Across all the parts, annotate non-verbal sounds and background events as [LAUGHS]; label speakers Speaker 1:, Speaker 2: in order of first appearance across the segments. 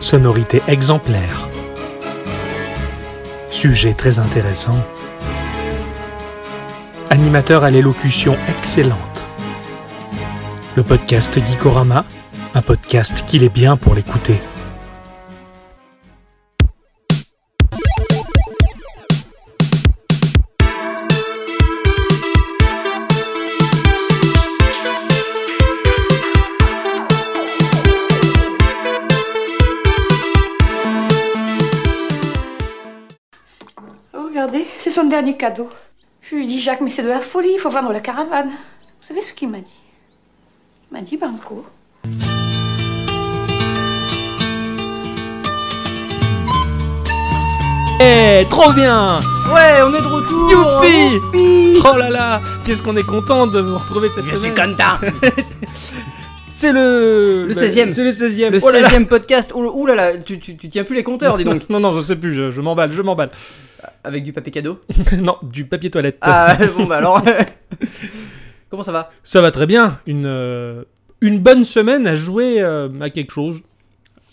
Speaker 1: sonorité exemplaire. Sujet très intéressant. Animateur à l'élocution excellente. Le podcast Geekorama, un podcast qu'il est bien pour l'écouter.
Speaker 2: Oh, regardez, c'est son dernier cadeau. Je lui ai dit, Jacques, mais c'est de la folie, il faut vendre la caravane. Vous savez ce qu'il m'a dit Il m'a dit, Banco.
Speaker 3: Eh, trop bien
Speaker 4: Ouais, on est de retour
Speaker 3: Youpi Oh là là Qu'est-ce qu'on est content de vous retrouver cette
Speaker 4: Je suis
Speaker 3: semaine
Speaker 4: content
Speaker 3: [LAUGHS] C'est le...
Speaker 4: Le 16e.
Speaker 3: C'est le 16e
Speaker 4: Le
Speaker 3: Oh là là.
Speaker 4: 16ème podcast, oh, ouh là là, tu, tu, tu tiens plus les compteurs,
Speaker 3: [LAUGHS]
Speaker 4: dis donc
Speaker 3: Non, non, je sais plus, je, je m'emballe, je m'emballe. [LAUGHS]
Speaker 4: Avec du papier cadeau
Speaker 3: non, du papier toilette.
Speaker 4: Ah, [LAUGHS] bon bah alors... Comment ça va
Speaker 3: Ça va très bien. Une, euh, une bonne semaine à jouer euh, à quelque chose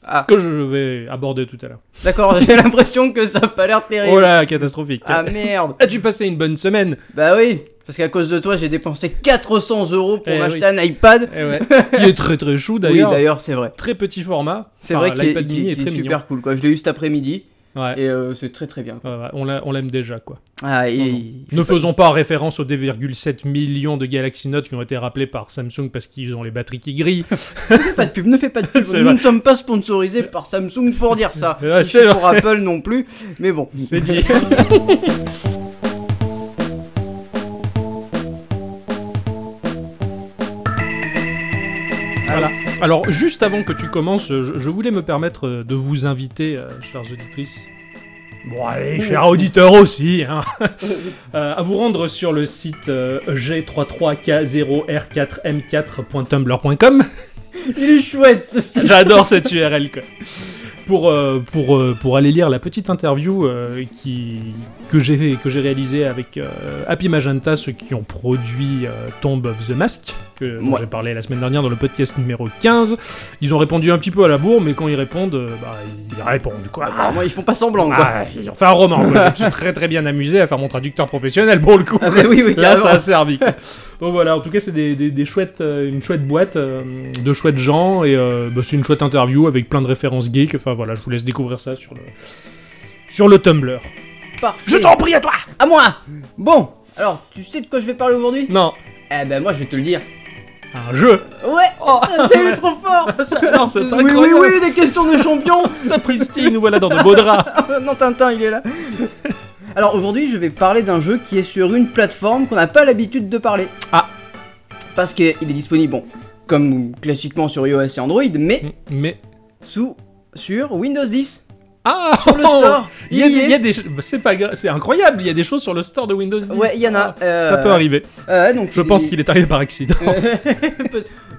Speaker 4: Ah.
Speaker 3: que je vais aborder tout à l'heure.
Speaker 4: D'accord, [LAUGHS] j'ai l'impression que ça a pas l'air terrible.
Speaker 3: Oh là, catastrophique.
Speaker 4: ah merde
Speaker 3: As-tu passé une bonne semaine
Speaker 4: Bah oui, parce qu'à cause de toi, j'ai dépensé 400 euros pour
Speaker 3: Eh
Speaker 4: m'acheter un iPad.
Speaker 3: Eh ouais. [LAUGHS] Qui est très très chou
Speaker 4: Oui,
Speaker 3: d'ailleurs.
Speaker 4: d'ailleurs, c'est vrai.
Speaker 3: Très petit format.
Speaker 4: C'est
Speaker 3: Enfin,
Speaker 4: vrai qu'il est,
Speaker 3: L'iPad mini
Speaker 4: qu'il-
Speaker 3: est,
Speaker 4: qu'il est
Speaker 3: très mignon.
Speaker 4: super cool, quoi. Je l'ai eu cet après-midi,
Speaker 3: Ouais.
Speaker 4: et euh, c'est très très bien. quoi.
Speaker 3: Ouais, ouais, on l'a- on l'aime déjà quoi.
Speaker 4: Ah, et...
Speaker 3: Non, non. Ne faisons pas référence aux 2,7 millions de Galaxy Note qui ont été rappelés par Samsung parce qu'ils ont les batteries qui grillent.
Speaker 4: Fais pas de pub, ne
Speaker 3: [LAUGHS]
Speaker 4: fais pas de pub.
Speaker 3: C'est
Speaker 4: Nous
Speaker 3: vrai.
Speaker 4: ne sommes pas sponsorisés par Samsung pour dire ça.
Speaker 3: [LAUGHS] Ouais,
Speaker 4: Ni
Speaker 3: c'est
Speaker 4: pour Apple non plus, mais bon.
Speaker 3: [LAUGHS] C'est dit. Voilà. Alors, juste avant que tu commences, je, je voulais me permettre euh, de vous inviter, euh, chères auditrices. Bon, allez, chers auditeurs aussi, hein, [LAUGHS] euh, à vous rendre sur le site euh, g33k0r4m4.tumblr.com.
Speaker 4: [LAUGHS] Il est chouette ce
Speaker 3: [LAUGHS]
Speaker 4: site.
Speaker 3: J'adore cette URL quoi. Pour, euh, pour, euh, pour aller lire la petite interview euh, qui, que j'ai que j'ai réalisée avec euh, Happy Magenta, ceux qui ont produit euh, Tomb of the Mask, que, dont
Speaker 4: Ouais.
Speaker 3: j'ai parlé la semaine dernière dans le podcast numéro 15. Ils ont répondu un petit peu à la bourre, mais quand ils répondent, euh, bah, ils répondent quoi.
Speaker 4: Apparemment, Bah, ils font pas semblant quoi.
Speaker 3: Ah, ils ont fait un roman. quoi. Je me suis très très bien amusé à faire mon traducteur professionnel pour le coup.
Speaker 4: Ah, mais oui,
Speaker 3: [LAUGHS]
Speaker 4: oui,
Speaker 3: Là,
Speaker 4: carrément.
Speaker 3: ça a servi. quoi. Donc voilà, en tout cas, c'est des, des- des chouettes, euh, une chouette boîte, euh, de chouettes gens, et euh, bah, c'est une chouette interview avec plein de références geeks. Enfin voilà, je vous laisse découvrir ça sur le, sur le Tumblr.
Speaker 4: Parfait.
Speaker 3: Je t'en prie à toi
Speaker 4: À moi. Bon, alors tu sais de quoi je vais parler aujourd'hui
Speaker 3: Non,
Speaker 4: Eh ben moi je vais te le dire.
Speaker 3: un jeu
Speaker 4: Ouais. [LAUGHS] ça, t'es est trop fort.
Speaker 3: Non, c'est
Speaker 4: oui, oui,
Speaker 3: incroyable.
Speaker 4: oui, des questions de [LAUGHS] champion.
Speaker 3: Sapristi, nous voilà dans de beaux draps
Speaker 4: Ah, non, Tintin, il est là. Alors aujourd'hui, je vais parler d'un jeu qui est sur une plateforme qu'on n'a pas l'habitude de parler.
Speaker 3: Ah.
Speaker 4: Parce qu'il est disponible, bon, comme classiquement sur iOS et Android, mais
Speaker 3: Mais...
Speaker 4: sous sur Windows 10.
Speaker 3: Ah
Speaker 4: Sur le store,
Speaker 3: Il y a,
Speaker 4: il y
Speaker 3: des-
Speaker 4: est.
Speaker 3: il y a des... ch- bah, C'est pas gra- c'est incroyable, il y a des choses sur le store de Windows 10.
Speaker 4: Ouais, il y en a,
Speaker 3: Ah, Ça
Speaker 4: euh,
Speaker 3: peut arriver.
Speaker 4: Euh, donc,
Speaker 3: Je pense qu'il est arrivé par accident.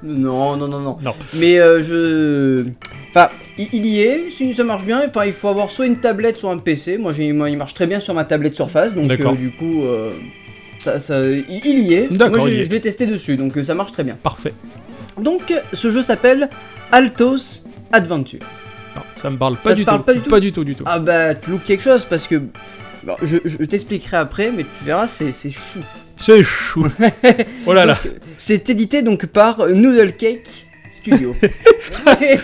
Speaker 4: Non, non, non, non.
Speaker 3: Non.
Speaker 4: Mais euh, je. Enfin, il il y est, si ça marche bien. Enfin, il faut avoir soit une tablette, soit un PC. Moi, j'ai- moi, il marche très bien sur ma tablette Surface, donc
Speaker 3: D'accord.
Speaker 4: euh, du coup, euh, ça, ça- il, il y est.
Speaker 3: D'accord,
Speaker 4: Moi,
Speaker 3: il y
Speaker 4: j'ai-
Speaker 3: est.
Speaker 4: je l'ai testé dessus, donc euh, ça marche très bien.
Speaker 3: Parfait.
Speaker 4: Donc, ce jeu s'appelle Altos Adventure.
Speaker 3: Non, ça me parle pas,
Speaker 4: Ça te
Speaker 3: du,
Speaker 4: parle
Speaker 3: tout.
Speaker 4: pas du tout
Speaker 3: Pas du tout, du tout.
Speaker 4: Ah bah, tu loupes quelque chose parce que. Bon, je je t'expliquerai après, mais tu verras, c'est c'est chou.
Speaker 3: C'est
Speaker 4: [LAUGHS]
Speaker 3: chou. oh là là.
Speaker 4: Donc, euh, C'est édité donc par Noodle Cake
Speaker 3: [LAUGHS]
Speaker 4: Studio. Ouais,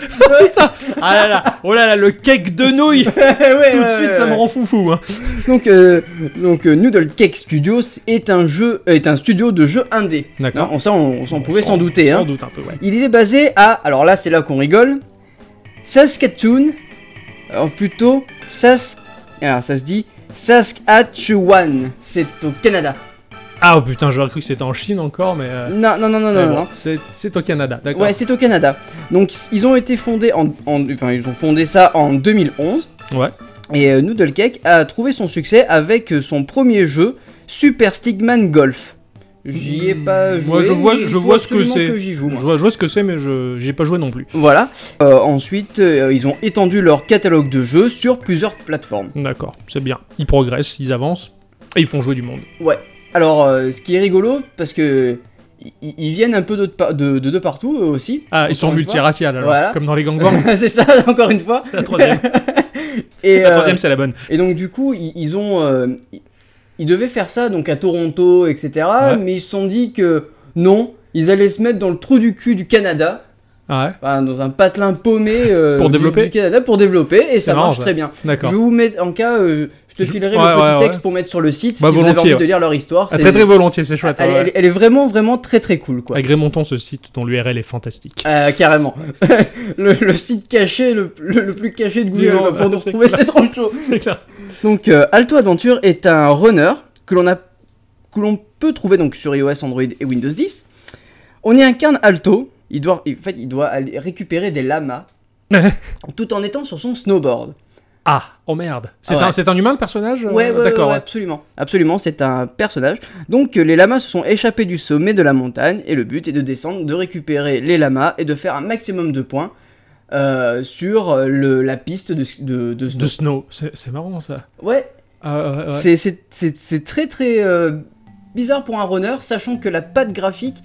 Speaker 3: Ah là là. Oh là là, le cake de nouilles. Tout
Speaker 4: [LAUGHS] ouais,
Speaker 3: de
Speaker 4: ouais,
Speaker 3: suite,
Speaker 4: ouais,
Speaker 3: ça me
Speaker 4: ouais.
Speaker 3: rend foufou. Hein.
Speaker 4: Donc, euh, donc euh, Noodle Cake Studios est un jeu, est un studio de jeux indé.
Speaker 3: D'accord.
Speaker 4: on s'en, on s'en
Speaker 3: On
Speaker 4: pouvait
Speaker 3: s'en-
Speaker 4: s'en douter.
Speaker 3: Sans
Speaker 4: Hein.
Speaker 3: doute un peu, ouais.
Speaker 4: Il est basé à, alors là c'est là qu'on rigole, Saskatoon, alors plutôt Sask, alors ça se dit Saskatchewan, c'est au Canada.
Speaker 3: Ah oh, putain, j'aurais cru que c'était en Chine encore, mais. euh,
Speaker 4: Non, non, non, non,
Speaker 3: mais
Speaker 4: non,
Speaker 3: bon,
Speaker 4: non.
Speaker 3: c'est- C'est au Canada, d'accord.
Speaker 4: Ouais, c'est au Canada. Donc ils ont été fondés en, en- enfin ils ont fondé ça en 2011.
Speaker 3: Ouais.
Speaker 4: Et euh, Noodle Cake a trouvé son succès avec euh, son premier jeu, Super Stigman Golf. J'y ai pas
Speaker 3: Mmh,
Speaker 4: joué.
Speaker 3: moi, je vois-
Speaker 4: mais il
Speaker 3: je
Speaker 4: faut
Speaker 3: vois ce que
Speaker 4: absolument
Speaker 3: c'est.
Speaker 4: j'y joue,
Speaker 3: Je
Speaker 4: moi.
Speaker 3: vois, je vois ce que c'est, mais je j'ai pas joué non plus.
Speaker 4: Voilà. Euh, ensuite, euh, ils ont étendu leur catalogue de jeux sur plusieurs plateformes.
Speaker 3: D'accord, c'est bien. Ils progressent, ils avancent, et ils font jouer du monde.
Speaker 4: Alors, euh, ce qui est rigolo, parce que ils- ils viennent un peu d'autre par- de, de, de partout eux aussi.
Speaker 3: Ah, ils
Speaker 4: Encore
Speaker 3: sont
Speaker 4: une
Speaker 3: multiraciales alors,
Speaker 4: Voilà.
Speaker 3: comme dans les
Speaker 4: fois.
Speaker 3: gangbang.
Speaker 4: [LAUGHS] c'est ça, encore une fois.
Speaker 3: la troisième,
Speaker 4: Et,
Speaker 3: la
Speaker 4: euh,
Speaker 3: troisième c'est la bonne.
Speaker 4: et donc du coup, ils, ils ont, euh, ils- ils devaient faire ça donc à Toronto, etc.
Speaker 3: Ouais.
Speaker 4: Mais ils se sont dit que non, ils allaient se mettre dans le trou du cul du Canada,
Speaker 3: Ah ouais,
Speaker 4: enfin, dans un patelin paumé
Speaker 3: [LAUGHS]
Speaker 4: euh,
Speaker 3: Pour
Speaker 4: du-
Speaker 3: développer.
Speaker 4: du Canada pour développer, et ça
Speaker 3: marrant,
Speaker 4: marche
Speaker 3: ça.
Speaker 4: très bien. Je
Speaker 3: d'accord.
Speaker 4: vais vous mettre en cas, euh, je je te
Speaker 3: Je-
Speaker 4: filerai
Speaker 3: ouais,
Speaker 4: le petit
Speaker 3: ouais,
Speaker 4: texte
Speaker 3: ouais.
Speaker 4: pour mettre sur le site
Speaker 3: Bah,
Speaker 4: si vous avez
Speaker 3: volontiers,
Speaker 4: envie de
Speaker 3: ouais.
Speaker 4: lire leur histoire.
Speaker 3: Ah,
Speaker 4: c'est-
Speaker 3: très très volontiers, c'est chouette.
Speaker 4: elle,
Speaker 3: ouais.
Speaker 4: elle- elle est vraiment vraiment très très cool quoi.
Speaker 3: Agrémentons ce site dont l'URL est fantastique.
Speaker 4: Euh, carrément. [LAUGHS] le, le site caché, le, le- le plus caché de Google
Speaker 3: Dis-donc, [LAUGHS]
Speaker 4: quoi, pour nous
Speaker 3: c'est
Speaker 4: retrouver,
Speaker 3: clair.
Speaker 4: c'est trop chaud.
Speaker 3: C'est clair.
Speaker 4: Donc euh, Alto Adventure est un runner que l'on a que l'on peut trouver donc sur iOS, Android et Windows 10. On y incarne Alto. Il doit en fait il doit aller récupérer des [LAUGHS] lamas tout en étant sur son snowboard.
Speaker 3: [LAUGHS] Ah, oh merde. C'est
Speaker 4: Ouais.
Speaker 3: un, c'est un humain le personnage euh,
Speaker 4: Ouais, ouais,
Speaker 3: D'accord.
Speaker 4: ouais,
Speaker 3: ouais.
Speaker 4: absolument. Absolument, c'est un personnage. Donc euh, les lamas se sont échappés du sommet de la montagne et le but est de descendre, de récupérer les lamas et de faire un maximum de points euh, sur euh, le, la piste de, de, de snow.
Speaker 3: De Snow, c'est c'est marrant ça.
Speaker 4: Ouais,
Speaker 3: Ah, ouais, ouais.
Speaker 4: c'est- c'est- c'est c'est très très euh, bizarre pour un runner, sachant que la patte graphique,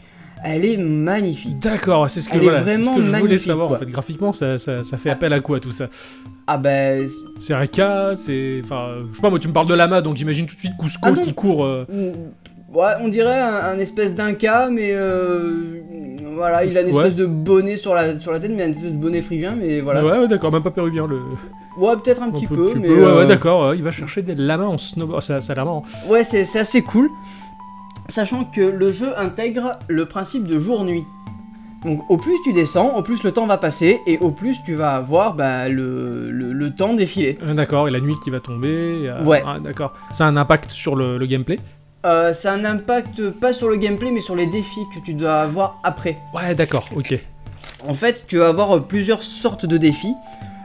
Speaker 4: elle est magnifique.
Speaker 3: D'accord, c'est ce que,
Speaker 4: Elle est
Speaker 3: voilà, c'est ce
Speaker 4: vraiment
Speaker 3: que je voulais
Speaker 4: magnifique,
Speaker 3: savoir en
Speaker 4: quoi.
Speaker 3: fait. Graphiquement, ça, ça- ça fait appel à quoi tout ça
Speaker 4: Ah ben... c'est-
Speaker 3: C'est un cas, c'est. Enfin, euh, je sais pas, moi tu me parles de lama, donc j'imagine tout de suite Cusco
Speaker 4: Ah non.
Speaker 3: qui court. euh,
Speaker 4: Ouais, on dirait un, un espèce d'Inca, mais euh, voilà, il a une
Speaker 3: Ouais.
Speaker 4: espèce de bonnet sur la, sur la tête, mais un espèce de bonnet phrygien, mais voilà.
Speaker 3: Ouais, ouais, d'accord, même pas péruvien le.
Speaker 4: Ouais, peut-être un petit
Speaker 3: peut-
Speaker 4: peu,
Speaker 3: tu
Speaker 4: mais
Speaker 3: peux- ouais,
Speaker 4: euh,
Speaker 3: ouais, d'accord, euh, il va chercher des lamas en snowboard. Ça, ça a l'air marrant.
Speaker 4: ouais, c'est c'est assez cool. Sachant que le jeu intègre le principe de jour-nuit. Donc au plus tu descends, au plus le temps va passer et au plus tu vas avoir bah, le, le- le temps défiler.
Speaker 3: Euh, D'accord, et la nuit qui va tomber. euh,
Speaker 4: Ouais.
Speaker 3: ah, d'accord. Ça a un impact sur le, le gameplay.
Speaker 4: Euh, ça a un impact pas sur le gameplay mais sur les défis que tu dois avoir après.
Speaker 3: Ouais, d'accord, ok.
Speaker 4: En fait, tu vas avoir euh, plusieurs sortes de défis,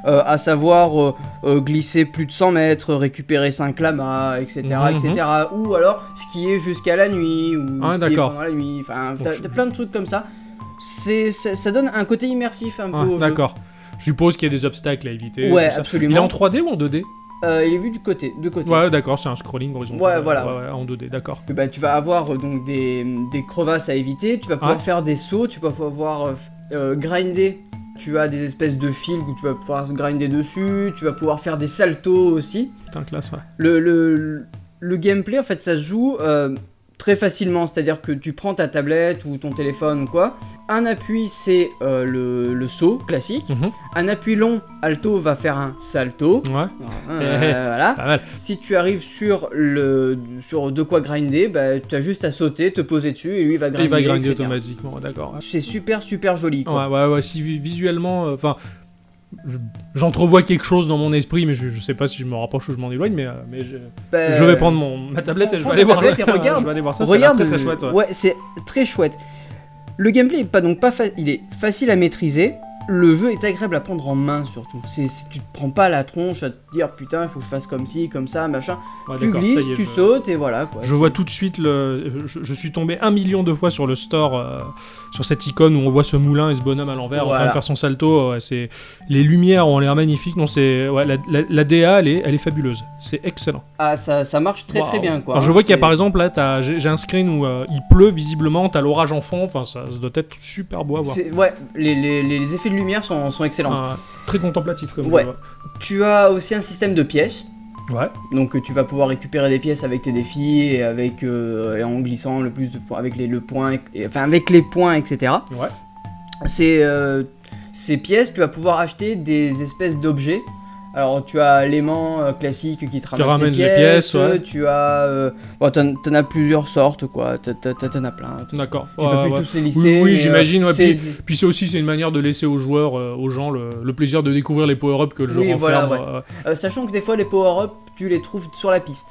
Speaker 4: euh, à savoir euh, euh, glisser plus de 100 mètres, récupérer 5 lamas, etc.,
Speaker 3: Mhm.
Speaker 4: etc. Ou alors skier jusqu'à la nuit, ou
Speaker 3: Ah,
Speaker 4: skier
Speaker 3: d'accord.
Speaker 4: pendant la nuit. Enfin,
Speaker 3: Bon,
Speaker 4: t'as
Speaker 3: je-
Speaker 4: t'as plein de trucs comme ça. C'est ça, ça donne un côté immersif un peu.
Speaker 3: Ah,
Speaker 4: au jeu.
Speaker 3: d'accord. Je suppose qu'il y a des obstacles à éviter.
Speaker 4: Ouais,
Speaker 3: tout ça.
Speaker 4: absolument.
Speaker 3: Il est en 3D ou en 2D
Speaker 4: Euh, il est vu du côté, de côté.
Speaker 3: Ouais, d'accord, c'est un scrolling horizontal.
Speaker 4: Ouais, voilà.
Speaker 3: Ouais, ouais, en 2D, d'accord.
Speaker 4: Eh ben, tu vas avoir euh, donc des, des crevasses à éviter, tu vas pouvoir
Speaker 3: Ouais.
Speaker 4: faire des sauts, tu vas pouvoir euh, f- euh, grinder. Tu as des espèces de fils où tu vas pouvoir grinder dessus, tu vas pouvoir faire des saltos aussi.
Speaker 3: Putain, classe, ouais.
Speaker 4: le, le, le gameplay, en fait, ça se joue euh, très facilement. C'est-à-dire que tu prends ta tablette ou ton téléphone ou quoi. Un appui, c'est euh, le, le saut classique.
Speaker 3: Mhm.
Speaker 4: Un appui long, alto, va faire un
Speaker 3: [LAUGHS]
Speaker 4: salto.
Speaker 3: Ouais,
Speaker 4: Euh, voilà.
Speaker 3: pas mal.
Speaker 4: Si tu arrives sur, le, sur de quoi grinder, bah, tu as juste à sauter, te poser dessus et lui, il va
Speaker 3: Et
Speaker 4: grinder.
Speaker 3: il va grinder
Speaker 4: etc.
Speaker 3: automatiquement, d'accord. ouais.
Speaker 4: C'est super, super joli. quoi.
Speaker 3: Ouais, ouais, ouais, si visuellement, euh, enfin, j'entrevois quelque chose dans mon esprit, mais je, je sais pas si je me rapproche ou je m'en éloigne, mais, euh, mais je,
Speaker 4: Bah,
Speaker 3: je vais prendre mon, ma tablette et je
Speaker 4: prends
Speaker 3: vais aller
Speaker 4: ta
Speaker 3: voir.
Speaker 4: tablette et
Speaker 3: [LAUGHS]
Speaker 4: regarde.
Speaker 3: je vais aller voir ça, ça a l'air
Speaker 4: Regarde,
Speaker 3: très, très
Speaker 4: euh,
Speaker 3: chouette. ouais.
Speaker 4: ouais, c'est très chouette. Le gameplay est pas donc pas fa- il est facile à maîtriser. Le jeu est agréable à prendre en main surtout. C'est si tu te prends pas la tronche à te dire putain il faut que je fasse comme ci comme ça machin.
Speaker 3: Ouais,
Speaker 4: tu
Speaker 3: Ah, d'accord, ça
Speaker 4: glisses,
Speaker 3: y est,
Speaker 4: tu
Speaker 3: je-
Speaker 4: sautes et voilà quoi.
Speaker 3: Je vois tout de suite le. Je, je suis tombé un million de fois sur le store, euh, sur cette icône où on voit ce moulin et ce bonhomme à l'envers en train de
Speaker 4: Voilà.
Speaker 3: faire son salto. ouais, c'est les lumières ont l'air magnifiques. Non, c'est ouais, la, la- la DA, elle est, elle est fabuleuse. C'est excellent.
Speaker 4: Ah ça, ça marche très très
Speaker 3: Waouh.
Speaker 4: bien quoi.
Speaker 3: Alors, je vois qu'il y a
Speaker 4: C'est-
Speaker 3: par exemple là, t'as- j'ai j'ai un screen où euh, il pleut visiblement, t'as l'orage en fond. Enfin, ça, ça doit être super beau à voir.
Speaker 4: c'est- ouais, les, les- les effets de lumière sont, sont excellents.
Speaker 3: Ah, très contemplatif comme
Speaker 4: Ouais.
Speaker 3: jeu,
Speaker 4: Tu as aussi un système de pièces.
Speaker 3: Ouais.
Speaker 4: Donc euh, tu vas pouvoir récupérer des pièces avec tes défis et avec euh, et en glissant le plus de points avec les le point et- enfin avec les points etc.
Speaker 3: Ouais.
Speaker 4: Ces, euh, ces pièces tu vas pouvoir acheter des espèces d'objets. Alors tu as l'aimant euh, classique qui te ramasse
Speaker 3: ramène
Speaker 4: les
Speaker 3: les
Speaker 4: pièces,
Speaker 3: pièces, ouais.
Speaker 4: euh, tu as euh, bon, t'en, t'en as plusieurs sortes quoi, T'as- t'as- t'as- t'en as plein.
Speaker 3: D'accord.
Speaker 4: Je peux
Speaker 3: Ouais,
Speaker 4: plus
Speaker 3: ouais.
Speaker 4: tous les lister.
Speaker 3: oui,
Speaker 4: mais, euh,
Speaker 3: j'imagine, ouais,
Speaker 4: c'est-
Speaker 3: Puis c'est aussi c'est une manière de laisser aux joueurs, euh, aux gens, le, le plaisir de découvrir les power-ups que le jeu
Speaker 4: Oui, voilà,
Speaker 3: renferme.
Speaker 4: ouais.
Speaker 3: euh,
Speaker 4: euh, sachant que des fois les power-up tu les trouves sur la piste.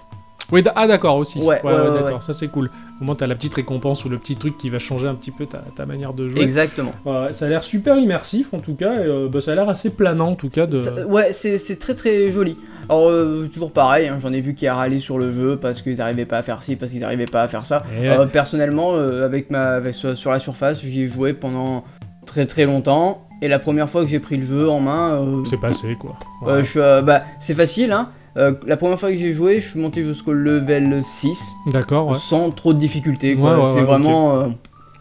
Speaker 3: Oui, d- ah d'accord aussi.
Speaker 4: Ouais, ouais, ouais,
Speaker 3: d'accord, ça c'est cool. Au moins, t'as la petite récompense ou le petit truc qui va changer un petit peu ta, ta manière de jouer.
Speaker 4: Exactement.
Speaker 3: Ouais, ça a l'air super immersif en tout cas, et, euh, bah, ça a l'air assez planant en tout cas. De...
Speaker 4: Ça- euh, ouais, c'est c'est très très joli. Alors, euh, toujours pareil, hein, j'en ai vu qui a râlé sur le jeu parce qu'ils n'arrivaient pas à faire ci, parce qu'ils n'arrivaient pas à faire ça.
Speaker 3: Et,
Speaker 4: Euh, personnellement, euh, avec ma, avec- sur sur la surface, j'y ai joué pendant très très longtemps. Et la première fois que j'ai pris le jeu en main, euh,
Speaker 3: C'est passé quoi.
Speaker 4: euh,
Speaker 3: Ouais.
Speaker 4: je suis, euh, bah, c'est facile. Hein. Euh, la première fois que j'ai joué, je suis monté jusqu'au level 6
Speaker 3: D'accord, ouais.
Speaker 4: sans trop de difficultés. quoi.
Speaker 3: Ouais, ouais,
Speaker 4: c'est
Speaker 3: ouais,
Speaker 4: vraiment. euh,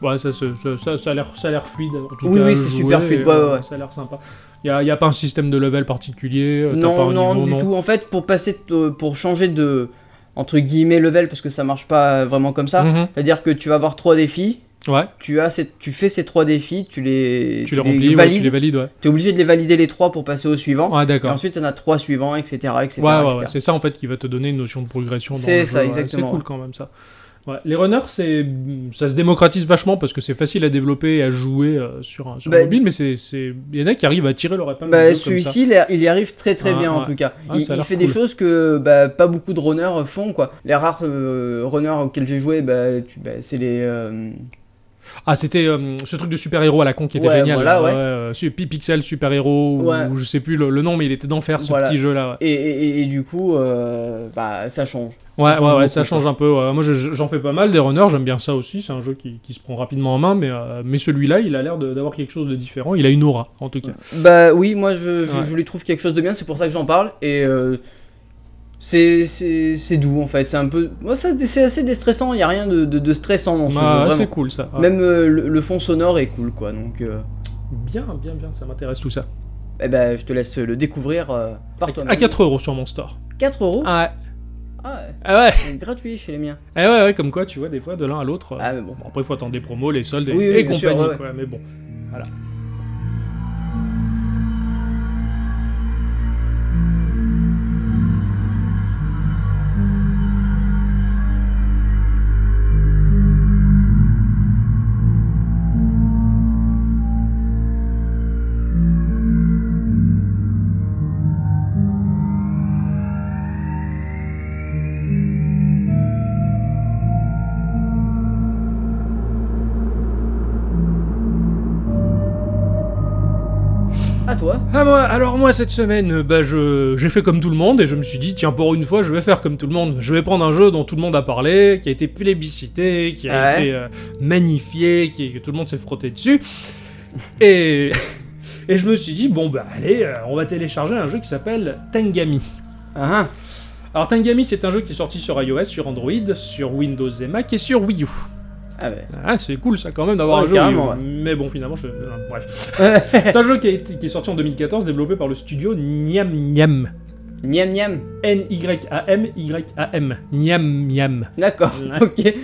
Speaker 3: Ouais, ça, se- ça, ça- ça a l'air ça a l'air fluide. en tout
Speaker 4: Oui,
Speaker 3: cas,
Speaker 4: oui, c'est
Speaker 3: joué,
Speaker 4: super fluide,
Speaker 3: et,
Speaker 4: ouais,
Speaker 3: euh,
Speaker 4: ouais.
Speaker 3: Ça a l'air sympa. Il n'y a, pas un système de level particulier. euh, t'as pas
Speaker 4: non,
Speaker 3: un
Speaker 4: non,
Speaker 3: niveau,
Speaker 4: du
Speaker 3: non.
Speaker 4: tout. En fait, pour passer, euh, pour changer de entre guillemets level, parce que ça marche pas vraiment comme ça.
Speaker 3: Mhm.
Speaker 4: C'est-à-dire que tu vas avoir trois défis.
Speaker 3: Ouais,
Speaker 4: Tu as, ces- tu fais ces trois défis, tu les,
Speaker 3: tu les remplis, ouais, tu
Speaker 4: valides.
Speaker 3: les valides, ouais.
Speaker 4: T'es obligé de les valider les trois pour passer au suivant.
Speaker 3: Ouais,
Speaker 4: et
Speaker 3: d'accord.
Speaker 4: ensuite, t'en as trois suivants, etc., etc.
Speaker 3: Ouais, ouais, ouais,
Speaker 4: etc.
Speaker 3: c'est ça en fait qui va te donner une notion de progression. dans
Speaker 4: C'est
Speaker 3: le jeu,
Speaker 4: ça,
Speaker 3: ouais.
Speaker 4: exactement,
Speaker 3: C'est cool
Speaker 4: ouais.
Speaker 3: quand même ça. Ouais, Les runners, c'est ça se démocratise vachement parce que c'est facile à développer et à jouer euh, sur, un- sur
Speaker 4: Bah,
Speaker 3: mobile, mais c'est c'est- il y en a qui arrivent à tirer leur épingle
Speaker 4: Bah,
Speaker 3: du jeu comme ça.
Speaker 4: celui-ci, il, est- il y arrive très très
Speaker 3: Ah,
Speaker 4: bien en
Speaker 3: ouais.
Speaker 4: tout cas.
Speaker 3: Ah,
Speaker 4: il,
Speaker 3: ça a
Speaker 4: il
Speaker 3: l'air
Speaker 4: fait des
Speaker 3: cool.
Speaker 4: choses que bah, pas beaucoup de runners font quoi. Les rares euh, runners auxquels j'ai joué, bah, tu- bah, c'est les. euh,
Speaker 3: Ah, c'était euh, ce truc de super-héros à la con qui était
Speaker 4: Ouais,
Speaker 3: génial.
Speaker 4: voilà, ouais.
Speaker 3: euh, su- Pi- Pixel super-héros, ou-
Speaker 4: Ouais.
Speaker 3: ou je sais plus le, le nom, mais il était d'enfer ce
Speaker 4: Voilà.
Speaker 3: petit jeu-là. ouais.
Speaker 4: et, et- et- et du coup, euh, bah, ça change.
Speaker 3: Ouais,
Speaker 4: Ça
Speaker 3: ouais,
Speaker 4: change
Speaker 3: ouais,
Speaker 4: beaucoup,
Speaker 3: ça change un peu. ouais. Moi, je- je- j'en fais pas mal des runners, j'aime bien ça aussi. C'est un jeu qui, qui se prend rapidement en main, mais, euh, mais celui-là, il a l'air de- d'avoir quelque chose de différent. Il a une aura, en tout cas.
Speaker 4: Bah oui, moi je, je,
Speaker 3: Ouais.
Speaker 4: je lui trouve quelque chose de bien, c'est pour ça que j'en parle. Et euh, c'est- c'est c'est doux en fait. C'est un peu. Moi, ça c'est assez déstressant, il n'y a rien de, de- de stressant dans ce
Speaker 3: Ah,
Speaker 4: jeu.
Speaker 3: c'est
Speaker 4: vraiment.
Speaker 3: cool ça. Ah.
Speaker 4: Même euh, le, le fond sonore est cool quoi. Donc, euh,
Speaker 3: Bien, bien, bien, ça m'intéresse tout ça.
Speaker 4: eh ben, je te laisse le découvrir euh, par toi-même.
Speaker 3: À 4 euros sur mon store.
Speaker 4: 4 euros
Speaker 3: Ah
Speaker 4: Ah ouais.
Speaker 3: ah ouais.
Speaker 4: C'est gratuit chez les miens.
Speaker 3: Ah ouais, ouais, comme quoi, tu vois, des fois, de l'un à l'autre. euh,
Speaker 4: Ah, mais bon.
Speaker 3: bon, après, il faut attendre des promos, les soldes et,
Speaker 4: Oui, oui,
Speaker 3: et
Speaker 4: bien
Speaker 3: compagnie.
Speaker 4: sûr, ouais, ouais.
Speaker 3: quoi, mais bon.
Speaker 4: À toi
Speaker 3: Ah, moi, alors, moi, cette semaine, euh, bah, je, j'ai fait comme tout le monde et je me suis dit, tiens, pour une fois, je vais faire comme tout le monde. Je vais prendre un jeu dont tout le monde a parlé, qui a été plébiscité, qui a
Speaker 4: Ah Ouais.
Speaker 3: été euh, magnifié, qui, que tout le monde s'est frotté dessus. Et. [LAUGHS] Et je me suis dit, bon, bah allez, euh, on va télécharger un jeu qui s'appelle Tangami.
Speaker 4: Ah ah.
Speaker 3: Alors Tangami, c'est un jeu qui est sorti sur iOS, sur Android, sur Windows et Mac et sur Wii U.
Speaker 4: Ah ouais.
Speaker 3: Ah, c'est cool ça quand même d'avoir
Speaker 4: Ouais,
Speaker 3: un jeu. Wii U.
Speaker 4: carrément, ouais.
Speaker 3: Mais bon, finalement, je... euh, bref. [LAUGHS] c'est un jeu qui, a été- qui est sorti en 2014, développé par le studio Nyam Nyam.
Speaker 4: Niam niam.
Speaker 3: N-Y-A-M-Y-A-M. Nyam Nyam.
Speaker 4: D'accord,
Speaker 3: [LAUGHS] Ouais.
Speaker 4: [LAUGHS] ok.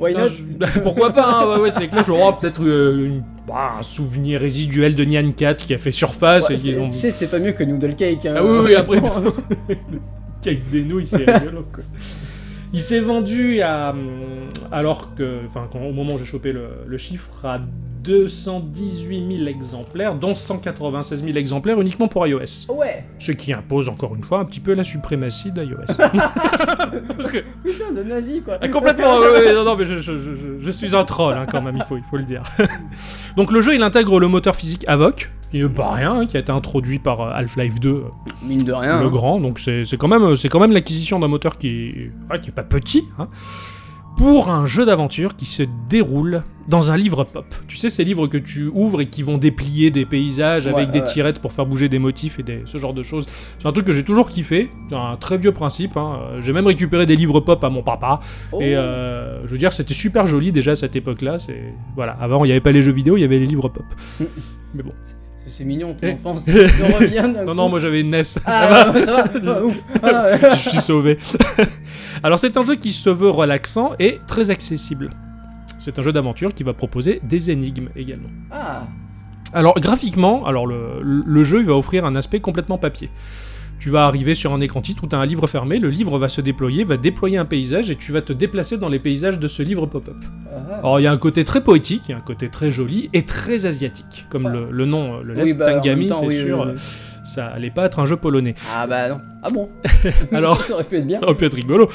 Speaker 4: Why
Speaker 3: Putain,
Speaker 4: not
Speaker 3: je- Pourquoi pas hein, ouais, ouais, c'est que moi j'aurai peut-être euh, une- bah, un souvenir résiduel de Nyan 4 qui a fait surface
Speaker 4: Ouais,
Speaker 3: et qui
Speaker 4: c'est-
Speaker 3: ont-
Speaker 4: Tu sais, c'est pas mieux que Noodle Cake. hein.
Speaker 3: Ah oui, oui, après. [LAUGHS] Avec des nouilles, c'est rigolo, quoi. Il s'est vendu à. hum, Alors que. Enfin, quand- au moment où j'ai chopé le, le chiffre, à 218 000 exemplaires, dont 196 000 exemplaires uniquement pour iOS.
Speaker 4: Ouais,
Speaker 3: Ce qui impose encore une fois un petit peu la suprématie d'iOS.
Speaker 4: putain de nazi quoi.
Speaker 3: [LAUGHS] Ah, complètement, ouais, ouais, non, non, mais je, je- je- je- je suis un troll hein, quand même, il faut, il faut le dire. [LAUGHS] Donc le jeu, il intègre le moteur physique AVOC, qui n'est pas rien, hein, qui a été introduit par euh, Half-Life 2 euh,
Speaker 4: Mine de rien.
Speaker 3: le
Speaker 4: hein.
Speaker 3: grand, donc c'est c'est quand même, euh, c'est quand même l'acquisition d'un moteur qui est, ouais, qui est pas petit, hein, pour un jeu d'aventure qui se déroule dans un livre pop. Tu sais, ces livres que tu ouvres et qui vont déplier des paysages avec
Speaker 4: Ouais,
Speaker 3: des
Speaker 4: ouais.
Speaker 3: tirettes pour faire bouger des motifs et des, ce genre de choses. C'est un truc que j'ai toujours kiffé, c'est un très vieux principe. hein. Euh, J'ai même récupéré des livres pop à mon papa.
Speaker 4: Oh.
Speaker 3: Et euh, je veux dire, c'était super joli déjà à cette époque-là. c'est- Voilà, avant, il n'y avait pas les jeux vidéo, il y avait les livres pop.
Speaker 4: C'est- C'est mignon ton
Speaker 3: Eh.
Speaker 4: enfance. Je reviens. d'un
Speaker 3: Non,
Speaker 4: coup.
Speaker 3: non, moi j'avais une NES. ça va.
Speaker 4: Ah, ça va. Ah, ouf. Ah,
Speaker 3: [LAUGHS]
Speaker 4: ouais.
Speaker 3: je suis sauvé. Alors c'est un jeu qui se veut relaxant et très accessible. C'est un jeu d'aventure qui va proposer des énigmes également.
Speaker 4: Ah,
Speaker 3: Alors graphiquement, alors le, le jeu il va offrir un aspect complètement papier. Tu vas arriver sur un écran titre où tu as un livre fermé, le livre va se déployer, va déployer un paysage et tu vas te déplacer dans les paysages de ce livre pop-up.
Speaker 4: ah, ah.
Speaker 3: Alors il y a un côté très poétique, il y a un côté très joli et très asiatique, comme le, le nom euh, le laisse,
Speaker 4: bah, en
Speaker 3: Tangami,
Speaker 4: même temps,
Speaker 3: c'est
Speaker 4: oui,
Speaker 3: sûr,
Speaker 4: oui, oui.
Speaker 3: euh, ça allait pas être un jeu polonais.
Speaker 4: Ah bah non. Ah bon
Speaker 3: [LAUGHS] Alors
Speaker 4: Ça aurait pu être bien.
Speaker 3: Ça aurait pu être rigolo.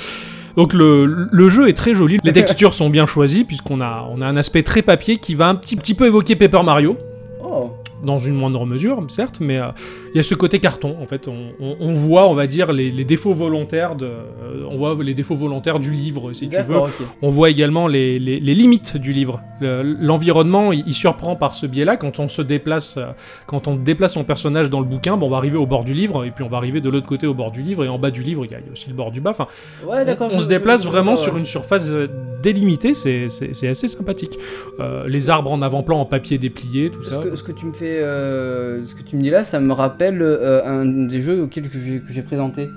Speaker 3: Donc le, le jeu est très joli, les textures sont bien choisies puisqu'on a, on a un aspect très papier qui va un petit, petit peu évoquer Paper Mario.
Speaker 4: Oh.
Speaker 3: dans une moindre mesure, certes, mais euh, il y a ce côté carton, en fait. On, on- on voit, on va dire, les, les défauts volontaires de, euh, on voit les défauts volontaires du livre, si tu veux.
Speaker 4: D'accord, ok.
Speaker 3: On voit également les, les- les limites du livre. Le- L'environnement, il, il surprend par ce biais-là. Quand on se déplace, euh, quand on déplace son personnage dans le bouquin, bon, on va arriver au bord du livre, et puis on va arriver de l'autre côté au bord du livre, et en bas du livre, il y a il y a aussi le bord du bas. Enfin,
Speaker 4: Ouais,
Speaker 3: on,
Speaker 4: d'accord.
Speaker 3: on
Speaker 4: je-
Speaker 3: se déplace
Speaker 4: je- je-
Speaker 3: vraiment
Speaker 4: ouais.
Speaker 3: sur une surface euh, délimitée, c'est- c'est c'est assez sympathique. Euh, les arbres en avant-plan en papier déplié, tout
Speaker 4: Ce
Speaker 3: ça.
Speaker 4: que, ce que tu me fais, euh, ce que tu me dis là, ça me rappelle euh, un des jeux auxquels que j'ai que j'ai présenté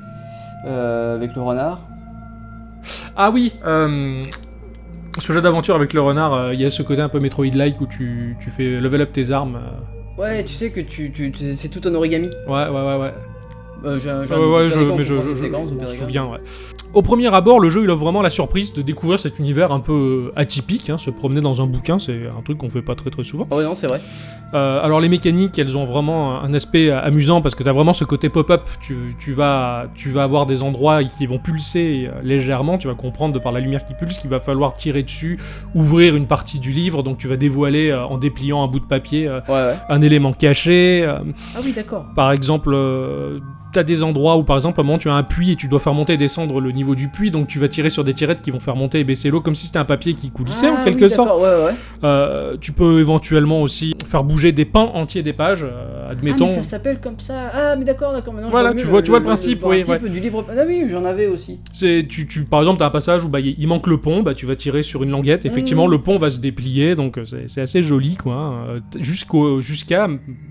Speaker 4: euh, avec le renard.
Speaker 3: Ah oui, euh, ce jeu d'aventure avec le renard, euh, il y a ce côté un peu Metroid-like où tu, tu fais level up tes armes. euh.
Speaker 4: Ouais, tu sais que tu, tu, tu- c'est tout un origami.
Speaker 3: ouais, ouais, ouais, ouais.
Speaker 4: Euh, j'ai un- j'ai
Speaker 3: Ouais,
Speaker 4: un
Speaker 3: ouais, je,
Speaker 4: Périgord,
Speaker 3: mais je,
Speaker 4: on
Speaker 3: je-
Speaker 4: comprend
Speaker 3: je-
Speaker 4: ses grands,
Speaker 3: je
Speaker 4: son
Speaker 3: me
Speaker 4: Périgord.
Speaker 3: souviens, ouais. Au premier abord, le jeu, il offre vraiment la surprise de découvrir cet univers un peu atypique. hein. Se promener dans un bouquin, c'est un truc qu'on fait pas très très souvent.
Speaker 4: Oh non, c'est vrai.
Speaker 3: Euh, alors les mécaniques, elles ont vraiment un aspect euh, amusant parce que tu as vraiment ce côté pop-up. Tu, tu vas, tu vas avoir des endroits qui vont pulser euh, légèrement. Tu vas comprendre de par la lumière qui pulse qu'il va falloir tirer dessus, ouvrir une partie du livre. Donc tu vas dévoiler euh, en dépliant un bout de papier euh,
Speaker 4: Ouais, ouais.
Speaker 3: un élément caché. euh,
Speaker 4: Ah oui, d'accord.
Speaker 3: par exemple, euh, t'as des endroits où, par exemple, à un moment, tu as un puits et tu dois faire monter et descendre le niveau du puits, donc tu vas tirer sur des tirettes qui vont faire monter et baisser l'eau, comme si c'était un papier qui coulissait en quelque sorte.
Speaker 4: Ah Ouais, ouais.
Speaker 3: Euh, tu peux éventuellement aussi faire bouger des pans entiers des pages, euh, admettons.
Speaker 4: Ah, mais ça s'appelle comme ça. Ah, mais d'accord, d'accord. maintenant, je
Speaker 3: Voilà,
Speaker 4: mieux
Speaker 3: tu vois- tu vois le principe, oui,
Speaker 4: du livre. Ah oui, j'en avais aussi.
Speaker 3: C'est- tu, tu- par exemple, t'as un passage où bah, il il manque le pont, bah, tu vas tirer sur une languette, effectivement,
Speaker 4: Mm.
Speaker 3: le pont va se déplier, donc euh, c'est c'est assez joli, quoi. Euh, t- jusqu'au- Jusqu'à